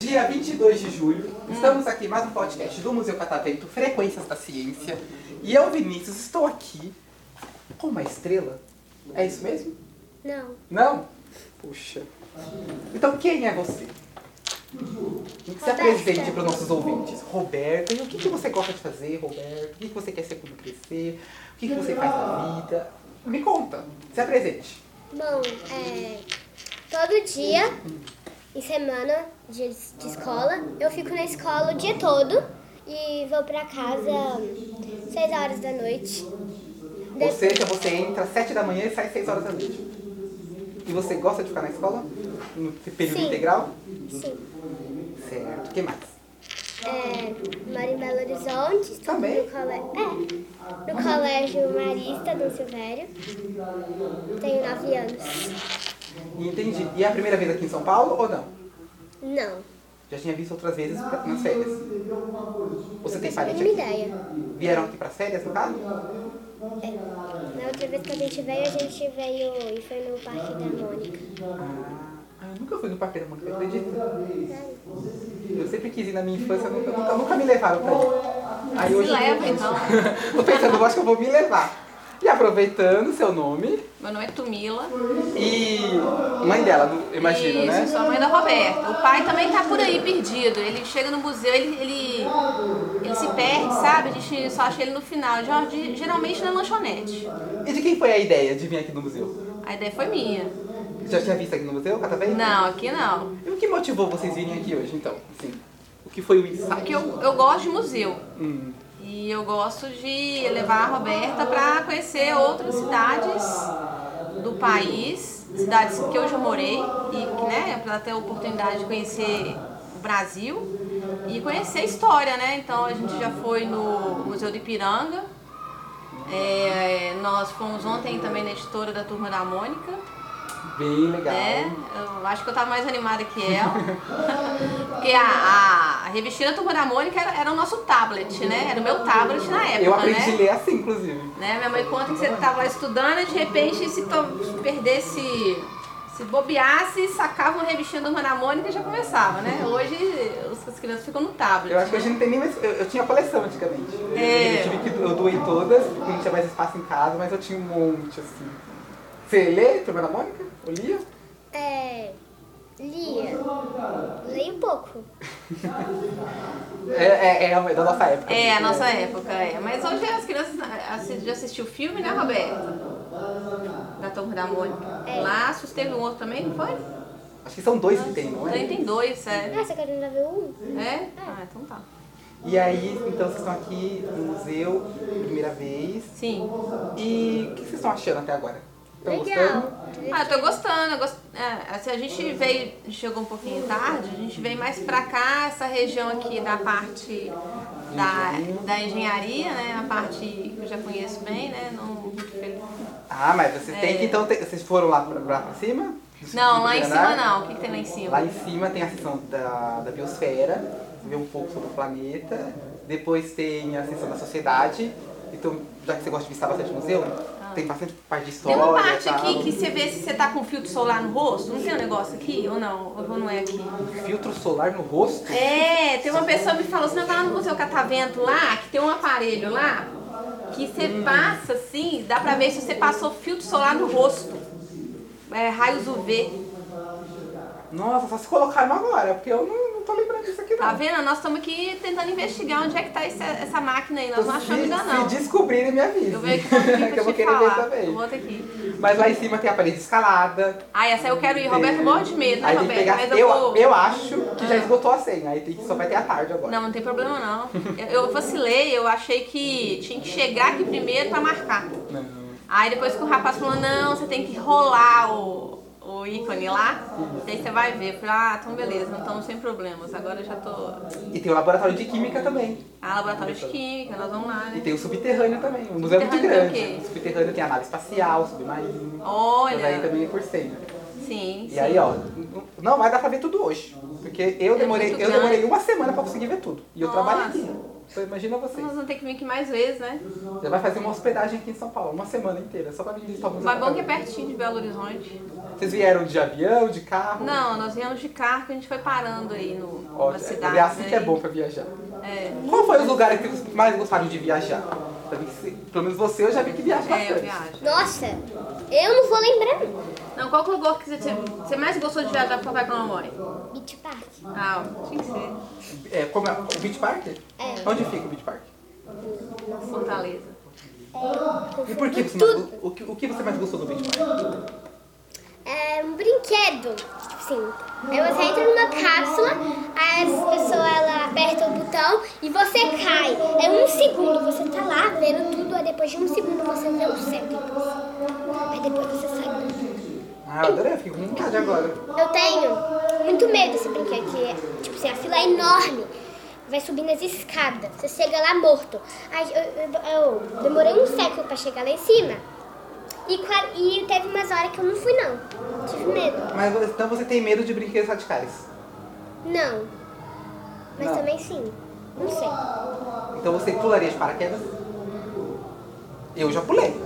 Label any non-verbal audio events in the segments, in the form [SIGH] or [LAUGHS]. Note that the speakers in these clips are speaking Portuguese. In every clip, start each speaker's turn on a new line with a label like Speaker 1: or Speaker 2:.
Speaker 1: Dia 22 de julho, estamos aqui em mais um podcast do Museu Catavento, Frequências da Ciência. E eu, Vinícius, estou aqui com uma estrela. É isso mesmo?
Speaker 2: Não.
Speaker 1: Não? Puxa. Então quem é você? Se
Speaker 2: Roberta.
Speaker 1: apresente para os nossos ouvintes. Roberta, e o que, que você gosta de fazer, Roberto? O que, que você quer ser quando crescer? O que, que você faz na vida? Me conta. Se apresente.
Speaker 2: Bom, é, todo dia, em semana de, de escola, eu fico na escola o dia todo e vou pra casa seis horas da noite.
Speaker 1: Ou
Speaker 2: De-
Speaker 1: seja, você entra às 7 da manhã e sai às 6 horas da noite. E você gosta de ficar na escola? No período
Speaker 2: Sim.
Speaker 1: integral?
Speaker 2: Sim.
Speaker 1: Certo. O que mais?
Speaker 2: É, moro em Belo Horizonte. estudo
Speaker 1: Também?
Speaker 2: No, cole... é, no colégio Marista, do Silvério. Tenho nove anos.
Speaker 1: Entendi. E é a primeira vez aqui em São Paulo ou não?
Speaker 2: Não,
Speaker 1: Já tinha visto outras vezes pra- nas férias. Você tem parente
Speaker 2: nenhuma
Speaker 1: aqui?
Speaker 2: ideia.
Speaker 1: Vieram aqui para férias, no caso? Ah,
Speaker 2: É, na outra vez que a gente veio, a gente veio e foi no Parque da Mônica.
Speaker 1: Ah, eu nunca fui no Parque da Mônica, acredita?
Speaker 2: Sério?
Speaker 1: Eu sempre quis ir na minha infância, nunca, nunca, nunca me levaram pra ir. Aí hoje eu tô
Speaker 3: leva,
Speaker 1: pensando-
Speaker 3: então.
Speaker 1: [LAUGHS] tô pensando, eu acho que eu vou me levar. E aproveitando seu nome
Speaker 3: Meu nome é Tumila.
Speaker 1: e mãe dela, não- imagino,
Speaker 3: Isso,
Speaker 1: né?
Speaker 3: sou a mãe da Roberta. O pai também tá por aí perdido. Ele chega no museu, ele, ele, ele se perde, sabe? A gente só acha ele no final, já- de- geralmente na lanchonete.
Speaker 1: E de quem foi a ideia de vir aqui no museu?
Speaker 3: A ideia foi minha.
Speaker 1: Já tinha visto aqui no museu, cada vez?
Speaker 3: Não, aqui não.
Speaker 1: E o que motivou vocês virem aqui hoje, então? Assim, o que foi o insight?
Speaker 3: Aqui eu, eu gosto de museu.
Speaker 1: Hum.
Speaker 3: E eu gosto de levar a Roberta para conhecer outras cidades do país, cidades que eu já morei e que, né, para ter a oportunidade de conhecer o Brasil e conhecer a história, né? Então a gente já foi no Museu do Ipiranga. é, nós fomos ontem também na editora da Turma da Mônica,
Speaker 1: Bem legal.
Speaker 3: né? Eu acho que eu tava mais animada que
Speaker 1: [LAUGHS]
Speaker 3: ela. Porque a, a revistinha da Turma da Mônica era, era o nosso tablet, né? Era o meu tablet na época,
Speaker 1: Eu aprendi
Speaker 3: né?
Speaker 1: a ler assim, inclusive.
Speaker 3: né? Minha mãe conta que você estava lá estudando e de repente se to- se perdesse, se bobeasse, sacava uma revistinha do Hannah Mônica e já começava,
Speaker 1: [LAUGHS]
Speaker 3: né? Hoje os- as crianças ficam no tablet. né?
Speaker 1: Eu acho que hoje não tem nem mais. Eu, eu tinha coleção antigamente. Eu-
Speaker 3: É.
Speaker 1: Eu tive que. Eu doei todas, porque não tinha mais espaço em casa, mas eu tinha um monte, assim. Você lê, Turma da Mônica? Eu lia?
Speaker 2: É. Lia. Leia um pouco.
Speaker 1: É, é, é da nossa época.
Speaker 3: É,
Speaker 1: né?
Speaker 3: a nossa época, é. Mas hoje as crianças assi- já assistiu o filme, né, Roberta? Da Turma da Mônica.
Speaker 2: É.
Speaker 3: Laços teve um outro também, não foi?
Speaker 1: Acho que são dois que tem, não é?
Speaker 3: 32, é.
Speaker 2: Nossa, eu quero ainda ver um.
Speaker 3: É? Ah, então tá.
Speaker 1: E aí, então vocês estão aqui no museu, primeira vez.
Speaker 3: Sim.
Speaker 1: E o que vocês estão achando até agora? Estão gostando?
Speaker 2: Legal.
Speaker 3: Ah, eu tô gostando. Eu gost... é, assim, a gente veio, chegou um pouquinho tarde, a gente veio mais pra cá, essa região aqui da parte da, da engenharia, né? A parte que eu já conheço bem, né? Não,
Speaker 1: Ah, mas vocês têm
Speaker 3: É.
Speaker 1: que então. ter- vocês foram lá pra, pra cima?
Speaker 3: não lá em
Speaker 1: Primeiro
Speaker 3: cima
Speaker 1: andar?
Speaker 3: não. O que, que tem lá em cima?
Speaker 1: Lá em cima tem a seção da, da biosfera, você vê um pouco sobre o planeta. Depois tem a seção da sociedade. Então, já que você gosta de visitar bastante museu, tem bastante parte de
Speaker 3: Ah. Tem
Speaker 1: história.
Speaker 3: uma parte
Speaker 1: tal.
Speaker 3: aqui que você vê se você tá com filtro solar no rosto. Não tem um negócio aqui ou não? Ou não é aqui?
Speaker 1: Filtro solar no rosto?
Speaker 3: É, tem uma pessoa que me falou, você não tá lá no Museu Catavento lá, que tem um aparelho lá, que você
Speaker 1: Hum.
Speaker 3: passa assim, dá pra ver se você passou filtro solar no rosto. É, raios UV.
Speaker 1: Nossa, só se colocaram agora, porque eu não, não tô lembrando disso aqui não.
Speaker 3: Tá vendo? Nós estamos aqui tentando investigar onde é que tá esse- essa máquina aí. Nós não achamos ainda não.
Speaker 1: se, se descobrirem, me avisem.
Speaker 3: Eu venho
Speaker 1: [LAUGHS]
Speaker 3: aqui pra te
Speaker 1: que eu vou querer
Speaker 3: falar.
Speaker 1: ver também.
Speaker 3: Eu volto aqui.
Speaker 1: Mas lá em cima tem a parede escalada.
Speaker 3: Ah, essa aí eu quero ir. Roberto morre de medo, né,
Speaker 1: Aí tem que
Speaker 3: Roberto?
Speaker 1: pegar.
Speaker 3: Mas
Speaker 1: Eu,
Speaker 3: eu, vou... É.
Speaker 1: eu acho que já esgotou a senha, aí tem que, só vai ter a tarde agora.
Speaker 3: Não, não tem problema não. Eu, eu vacilei, eu achei que tinha que chegar aqui primeiro pra marcar.
Speaker 1: Não.
Speaker 3: Aí depois que o rapaz falou, não, você tem que rolar o, o ícone lá,
Speaker 1: Uhum.
Speaker 3: daí você vai ver. Eu falei, ah, então beleza, então sem problemas. Agora eu já tô.
Speaker 1: E tem o laboratório de química também.
Speaker 3: Ah, laboratório de química, nós vamos lá,
Speaker 1: E
Speaker 3: né?
Speaker 1: tem o subterrâneo também, o museu é muito
Speaker 3: Subterrâneo
Speaker 1: grande.
Speaker 3: tem o
Speaker 1: O subterrâneo tem a nave espacial, submarino. Mas aí
Speaker 3: Olha.
Speaker 1: também é por cena.
Speaker 3: Sim,
Speaker 1: E
Speaker 3: sim.
Speaker 1: aí, ó, não vai dar pra ver tudo hoje. Porque eu demorei,
Speaker 3: muito
Speaker 1: eu demorei
Speaker 3: grande.
Speaker 1: uma semana pra conseguir ver tudo. E eu trabalho
Speaker 3: Nossa.
Speaker 1: aqui. Então imagina vocês.
Speaker 3: Nós vamos ter que vir aqui mais vezes, né?
Speaker 1: Você vai fazer uma hospedagem aqui em São Paulo, uma semana inteira, só pra vir visitar o Museu
Speaker 3: Mas
Speaker 1: da
Speaker 3: bom que é
Speaker 1: Família.
Speaker 3: pertinho de Belo Horizonte.
Speaker 1: Vocês vieram de avião, de carro?
Speaker 3: Não, nós viemos de carro que a gente foi parando aí no,
Speaker 1: Ó,
Speaker 3: na
Speaker 1: é
Speaker 3: cidade.
Speaker 1: assim que é
Speaker 3: né?
Speaker 1: bom pra viajar.
Speaker 3: É,
Speaker 1: Qual foi o lugar que vocês mais gostaram de viajar? Eu vi que se- Pelo menos você, eu já vi que viaja
Speaker 3: é, eu
Speaker 1: bastante.
Speaker 3: viajo.
Speaker 2: Nossa, eu não vou lembrar não.
Speaker 3: Não, qual que é o lugar que você, você mais gostou de viajar com o papai e com a mamãe?
Speaker 2: Beach Park.
Speaker 3: Ah, tinha que ser.
Speaker 1: É, como é? O Beach Park?
Speaker 2: É.
Speaker 1: Onde fica o Beach Park?
Speaker 3: Fortaleza.
Speaker 1: E por que você mais, go- o, que, o que você mais gostou do Beach Park?
Speaker 2: É um brinquedo. Tipo assim. Aí você entra numa cápsula, aí as pessoas ela aperta o botão e você cai. É um segundo, você tá lá vendo tudo, aí depois de um segundo você vê o céu depois. Aí depois você sai do
Speaker 1: Ah, eu adorei, eu fiquei com vontade agora.
Speaker 2: Eu tenho muito medo desse brinquedo, que tipo assim, a fila é enorme. Vai subindo as escadas, você chega lá morto. Aí, eu, eu- eu demorei um século pra chegar lá em cima. E, qua- e teve umas horas que eu não fui, não. Tive medo.
Speaker 1: Mas vo- então você tem medo de brinquedos radicais.
Speaker 2: Não. Mas
Speaker 1: Não.
Speaker 2: também sim. Não sei.
Speaker 1: Então você pularia de paraquedas? Eu já pulei.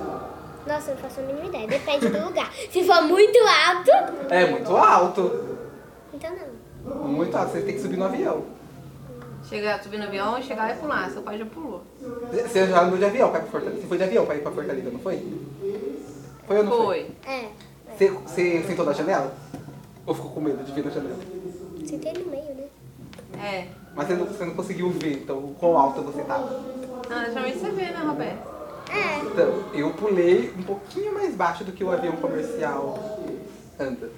Speaker 2: Nossa, eu não faço a mínima ideia. Depende do lugar. [LAUGHS] Se for muito alto,
Speaker 1: É muito alto.
Speaker 2: então não.
Speaker 1: Muito alto, você tem que subir no avião.
Speaker 3: Chegar, subir no avião e chegar e pular. Seu pai já pulou.
Speaker 1: Você já andou de avião pra ir pra Fortaleza? Você foi de avião pra ir pra Fortaleza, não foi? Foi ou não foi?
Speaker 3: Foi.
Speaker 2: É.
Speaker 1: Você, você sentou na janela? Ou ficou com medo de ver na janela?
Speaker 2: Você tem no meio, né?
Speaker 3: É.
Speaker 1: Mas você não, você não conseguiu ver, então, o quão alto você tava.
Speaker 3: Ah, geralmente você vê, né, Roberto?
Speaker 2: É.
Speaker 1: Então, eu pulei um pouquinho mais baixo do que o avião comercial anda.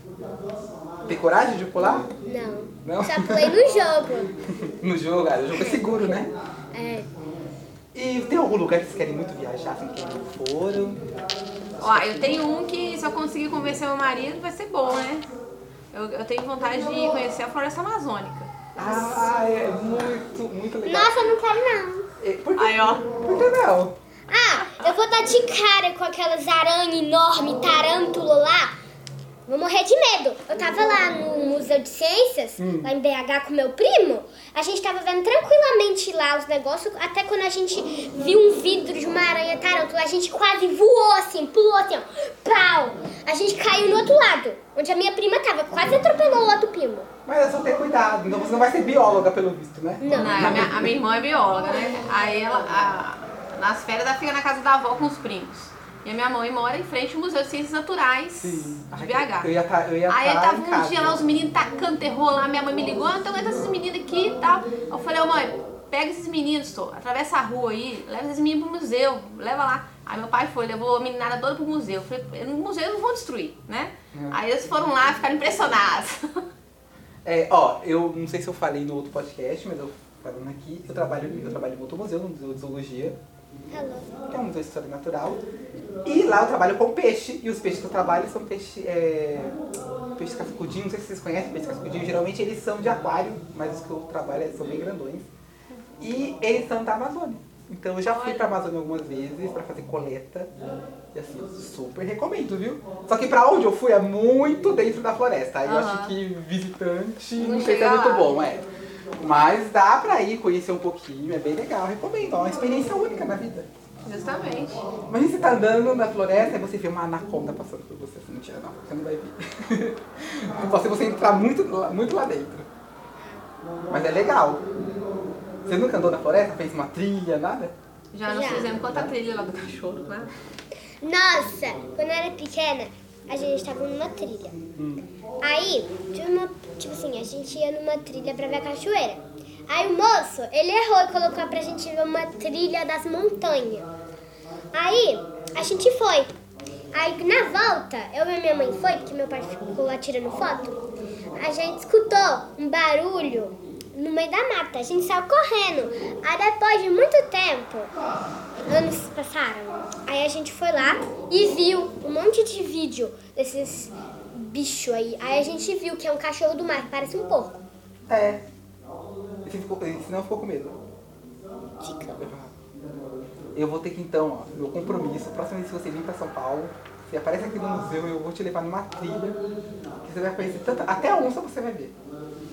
Speaker 1: Tem coragem de pular? [LAUGHS]
Speaker 2: Não.
Speaker 1: Não?
Speaker 2: Só pulei no jogo.
Speaker 1: No jogo, cara, o jogo é seguro, né?
Speaker 2: É.
Speaker 1: E tem algum lugar que vocês querem muito viajar, assim, que não foram?
Speaker 3: Ó, eu tenho um que se eu conseguir convencer meu marido vai ser bom, né? Eu, eu tenho vontade de conhecer a floresta amazônica.
Speaker 1: Ah, é muito, muito legal.
Speaker 2: Nossa, eu não quero não.
Speaker 1: É, Por que,
Speaker 3: Aí, ó.
Speaker 1: por que não?
Speaker 2: Ah, eu vou dar de cara com aquelas aranhas enormes, tarântula lá. Vou morrer de medo. Eu tava lá no Museu de Ciências, lá em BH com meu primo. A gente tava vendo tranquilamente lá os negócios, até quando a gente viu um vidro de uma aranha tarântula, a gente quase voou assim, pulou assim, ó, pau! A gente caiu no outro lado, onde a minha prima tava, quase atropelou o outro primo.
Speaker 1: Mas é só ter cuidado, então você não vai ser bióloga, pelo visto, né?
Speaker 3: Não, a, minha, a minha irmã é bióloga, né? Aí ela, a- nas férias, ela fica na casa da avó com os primos. E a minha mãe mora em frente ao Museu de Ciências Naturais de
Speaker 1: Eu
Speaker 3: BH.
Speaker 1: ia tá, eu ia
Speaker 3: Aí
Speaker 1: tá
Speaker 3: tava
Speaker 1: em
Speaker 3: um
Speaker 1: casa.
Speaker 3: dia lá, os meninos tacando terror lá, minha mãe me ligou, "Ah, então aguenta esses meninos aqui e tal. Eu falei, ô mãe, pega esses meninos, só, atravessa a rua aí, leva esses meninos pro museu, leva lá. Aí meu pai foi, levou a meninada toda pro museu. Eu falei, no museu eles não vão destruir, né? Aí eles foram lá, ficaram impressionados. [LAUGHS]
Speaker 1: É, ó, eu não sei se eu falei no outro podcast, mas eu falando aqui, eu trabalho, eu trabalho em outro museu, no Museu de Zoologia,
Speaker 2: Hello.
Speaker 1: que é um museu de história natural. E lá eu trabalho com peixe, e os peixes que eu trabalho são peixe, é, peixe cascudinho, não sei se vocês conhecem peixe cascudinho, geralmente eles são de aquário, mas os que eu trabalho eles são bem grandões. E eles são da Amazônia. Então eu já fui pra Amazônia algumas vezes pra fazer coleta. E assim, super recomendo, viu? Só que pra onde eu fui é muito dentro da floresta. Aí eu
Speaker 3: Aham.
Speaker 1: acho que visitante
Speaker 3: Não
Speaker 1: não sei se é
Speaker 3: chega
Speaker 1: muito
Speaker 3: lá.
Speaker 1: bom, é. Mas dá pra ir conhecer um pouquinho, é bem legal, recomendo. É uma experiência única na vida.
Speaker 3: Justamente.
Speaker 1: Imagina você tá andando na floresta e você vê uma anaconda passando por você. Assim, mentira, não, você não vai ver. [LAUGHS] Só se você entrar muito, lá- muito lá dentro. Mas é legal. Você nunca andou na floresta? Fez uma trilha, nada?
Speaker 3: Já nós
Speaker 2: Já.
Speaker 3: fizemos quanta trilha lá do cachorro, né?
Speaker 2: Nossa, quando eu era pequena, a gente tava numa trilha. Aí, tinha uma, tipo assim, a gente ia numa trilha pra ver a cachoeira. Aí o moço, ele errou e colocou pra gente ver uma trilha das montanhas. Aí, a gente foi. Aí, na volta, eu e minha mãe foi, porque meu pai ficou lá tirando foto. A gente escutou um barulho no meio da mata. A gente saiu correndo. Aí, depois de muito tempo, anos se passaram. Aí a gente foi lá e viu um monte de vídeo desses bichos aí. Aí a gente viu que é um cachorro do mar, que parece um porco.
Speaker 1: É. E você ficou, e você não ficou com medo?
Speaker 2: Fica.
Speaker 1: Eu vou ter que então, ó, meu compromisso, próxima vez que você vir pra São Paulo, você aparece aqui no museu, eu vou te levar numa trilha, que você vai conhecer tanta. Até a onça você vai ver.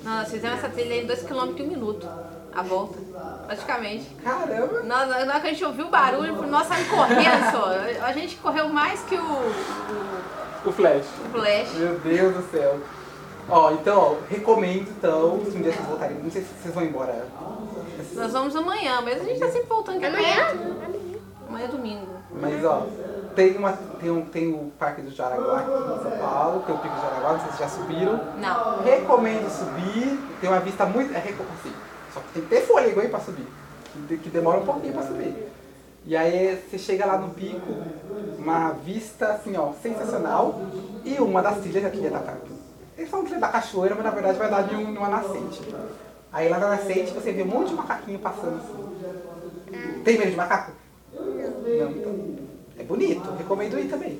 Speaker 3: Não, nós fizemos essa trilha em 2 km em um minuto. A a volta, praticamente.
Speaker 1: Caramba!
Speaker 3: Na, na na hora que a gente ouviu o barulho, nós saímos correndo só. A gente correu mais que o
Speaker 1: O Flash.
Speaker 3: Flash.
Speaker 1: Meu Deus do céu. Ó, então, ó, recomendo, então, se um dia vocês voltarem, não sei se vocês vão embora.
Speaker 3: Nós vamos amanhã, mas a gente tá sempre voltando que é
Speaker 2: Amanhã?
Speaker 3: perto. Amanhã é domingo.
Speaker 1: Mas, ó, tem, uma, tem, um, tem o Parque do Jaraguá aqui em São Paulo, tem o Pico do Jaraguá, não sei se vocês já subiram.
Speaker 3: Não.
Speaker 1: Recomendo subir, tem uma vista muito... É, reco- assim, só que tem que ter fôlego, hein, pra subir. Que, de- que demora um pouquinho pra subir. E aí você chega lá no pico, uma vista, assim, ó, sensacional. E uma das trilhas da trilha da Eles falam trilha da cachoeira, mas na verdade vai dar de um- numa nascente. Aí lá na nascente você vê um monte de macaquinho passando assim. Tem medo de macaco? Não, então. É bonito, recomendo ir também.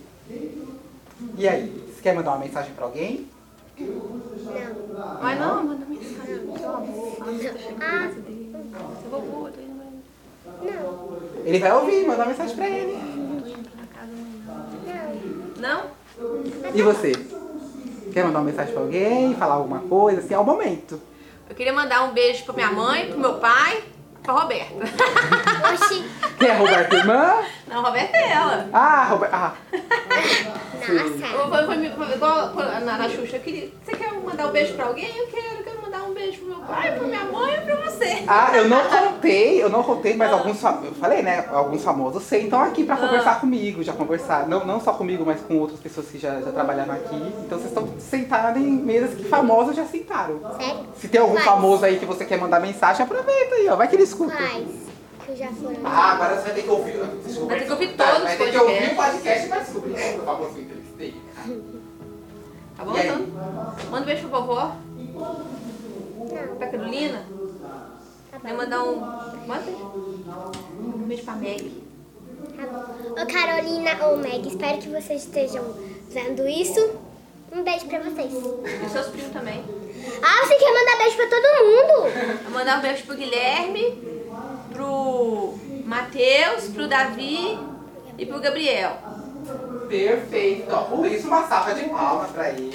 Speaker 1: E aí, você quer mandar uma mensagem pra alguém?
Speaker 2: Não.
Speaker 3: Mas não, manda mensagem.
Speaker 2: Ah,
Speaker 3: Seu vovô, tô indo amanhã.
Speaker 2: não.
Speaker 1: Ele vai ouvir, manda uma mensagem pra ele.
Speaker 3: Tô indo pra casa amanhã.
Speaker 2: Não.
Speaker 3: Não?
Speaker 1: E você? Quer mandar uma mensagem pra alguém, falar alguma coisa? Assim, é o momento.
Speaker 3: Eu queria mandar um beijo pra minha mãe, pro meu pai, pra Roberta. [LAUGHS]
Speaker 1: [LAUGHS]
Speaker 2: Oxi.
Speaker 1: Quer roubar tua irmã?
Speaker 3: Não, Roberta é ela.
Speaker 1: Ah, roubar. Ah,
Speaker 2: Nossa.
Speaker 3: Foi, foi- foi igual na, na Xuxa, eu queria. Você quer mandar um beijo pra alguém? Eu quero, eu quero mandar um beijo pro meu pai, pra minha mãe e pra você.
Speaker 1: ah, eu não contei, eu não contei, mas alguns fa- eu falei, né? Alguns famosos sei, estão aqui pra conversar comigo, já conversar, não, não só comigo, mas com outras pessoas que já, já trabalharam aqui. Então vocês estão sentados em mesas que famosos já sentaram.
Speaker 2: Sério?
Speaker 1: Se tem algum
Speaker 2: Quais?
Speaker 1: famoso aí que você quer mandar mensagem, aproveita aí, ó. Vai que ele escuta.
Speaker 2: Quais? Que já foram.
Speaker 1: Ah, agora você vai ter que ouvir. Desculpa.
Speaker 3: Vai ter que ouvir todos
Speaker 1: Vai
Speaker 3: os
Speaker 1: ter que ouvir o
Speaker 3: podcasts.
Speaker 1: podcast e vai descobrir né? qual foi o famoso que eu entrevistei.
Speaker 3: Tá bom?
Speaker 1: E aí?
Speaker 3: Então, manda um beijo pra vovó,
Speaker 2: Não.
Speaker 3: pra Carolina.
Speaker 2: Tá
Speaker 3: Vai
Speaker 2: bom.
Speaker 3: mandar um. Manda um beijo pra Meg.
Speaker 2: Tá bom. Ô Carolina ou Meg, espero que vocês estejam vendo isso. Um beijo pra vocês.
Speaker 3: E os seus primos também.
Speaker 2: Ah, você quer mandar beijo pra todo mundo?
Speaker 3: Vou mandar um beijo pro Guilherme, pro Matheus, pro Davi e pro Gabriel.
Speaker 1: Perfeito. Ó, Por isso, uma salva de palmas pra ele.